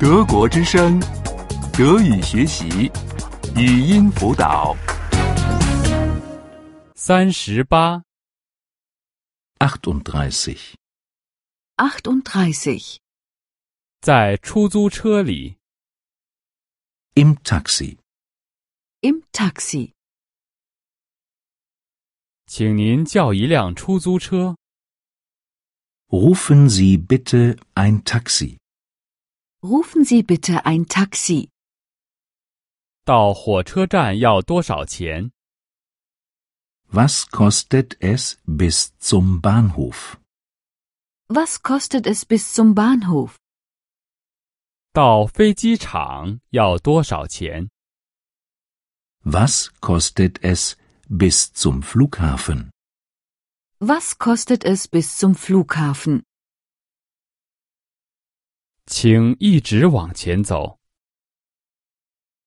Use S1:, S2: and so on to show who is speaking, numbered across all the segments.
S1: 德国之声，德语学习，语音辅导。
S2: 三十八，
S3: 38.
S4: 38.
S2: 在出租车里，
S3: Im Taxi.
S4: Im Taxi.
S2: 请您叫一辆出租车。
S3: Rufen Sie bitte ein Taxi.
S4: Rufen Sie bitte ein Taxi.
S2: 到火车站要多少钱？
S3: Was kostet es bis zum Bahnhof?
S4: Was kostet es bis zum Bahnhof?
S2: 到飞机场要多少钱？
S3: Was kostet es bis zum Flughafen?
S4: Was kostet es bis zum Flughafen?
S2: 请一直往前走，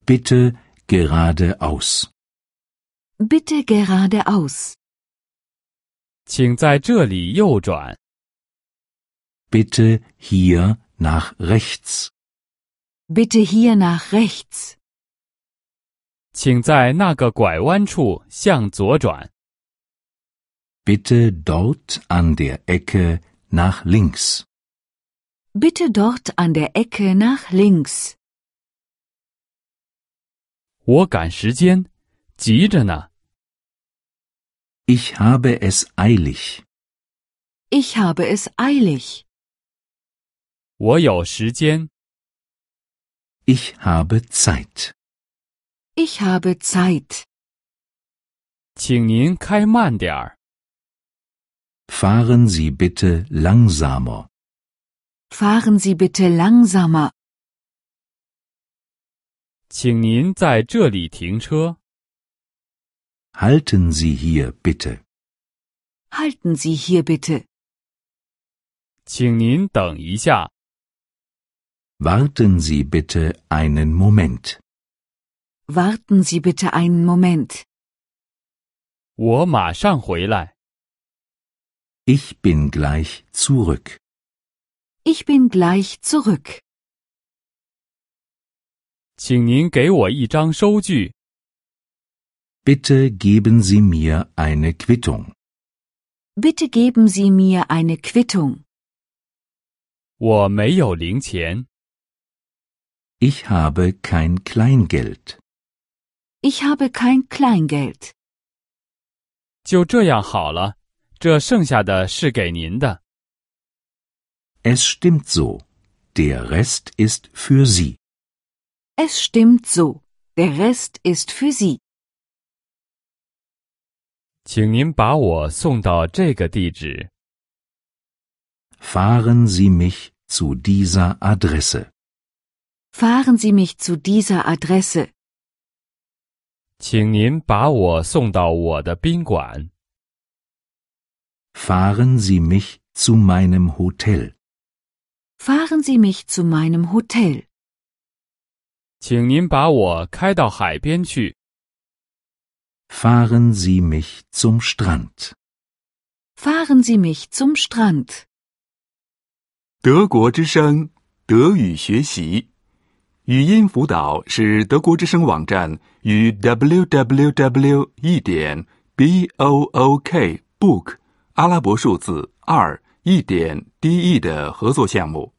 S3: Bitte geradeaus.
S4: Bitte geradeaus.
S2: 请在这里右转，
S3: Bitte hier nach rechts.
S4: Bitte hier nach rechts.
S2: 请在那个拐弯处向左转，
S3: Bitte dort an der Ecke nach links.
S4: Bitte dort an der Ecke nach links.
S2: 我赶时间，急着呢。
S3: Ich habe es eilig.
S4: Ich habe es eilig.
S2: 我有时间，
S3: Ich habe Zeit.
S4: Ich habe Zeit.
S2: 请您开慢点儿。
S3: Fahren Sie bitte langsamer.
S4: Fahren Sie bitte langsamer.
S2: 请您在这里停车，
S3: Halten Sie hier bitte.
S4: Halten Sie hier bitte.
S2: 请您等一下，
S3: Warten Sie bitte einen Moment.
S4: Warten Sie bitte einen Moment.
S2: 我马上回来。
S3: Ich bin gleich zurück.
S4: Ich bin gleich zurück.
S2: 请您给我一张收据，
S3: Bitte geben Sie mir eine Quittung.
S4: Bitte geben Sie mir eine Quittung.
S2: 我没有零钱，
S3: Ich habe kein Kleingeld.
S4: Ich habe kein Kleingeld.
S2: 就这样好了，这剩下的是给您的。
S3: Es stimmt so. Der Rest ist für Sie.
S4: Es stimmt so. Der Rest ist für Sie.
S2: 请您把我送到这个地址，
S3: Fahren Sie mich zu dieser Adresse.
S4: Fahren Sie mich zu dieser Adresse.
S2: 请您把我送到我的宾馆，
S3: Fahren Sie mich zu meinem Hotel.
S4: Fahren Sie mich zu meinem Hotel.
S2: 请您把我开到海边去，
S3: Fahren Sie mich zum Strand.
S4: Fahren Sie mich zum Strand.
S1: 德国之声，德语学习，语音辅导是德国之声网站与 www. 一点 b o o k book 阿拉伯数字二一点 d e 的合作项目。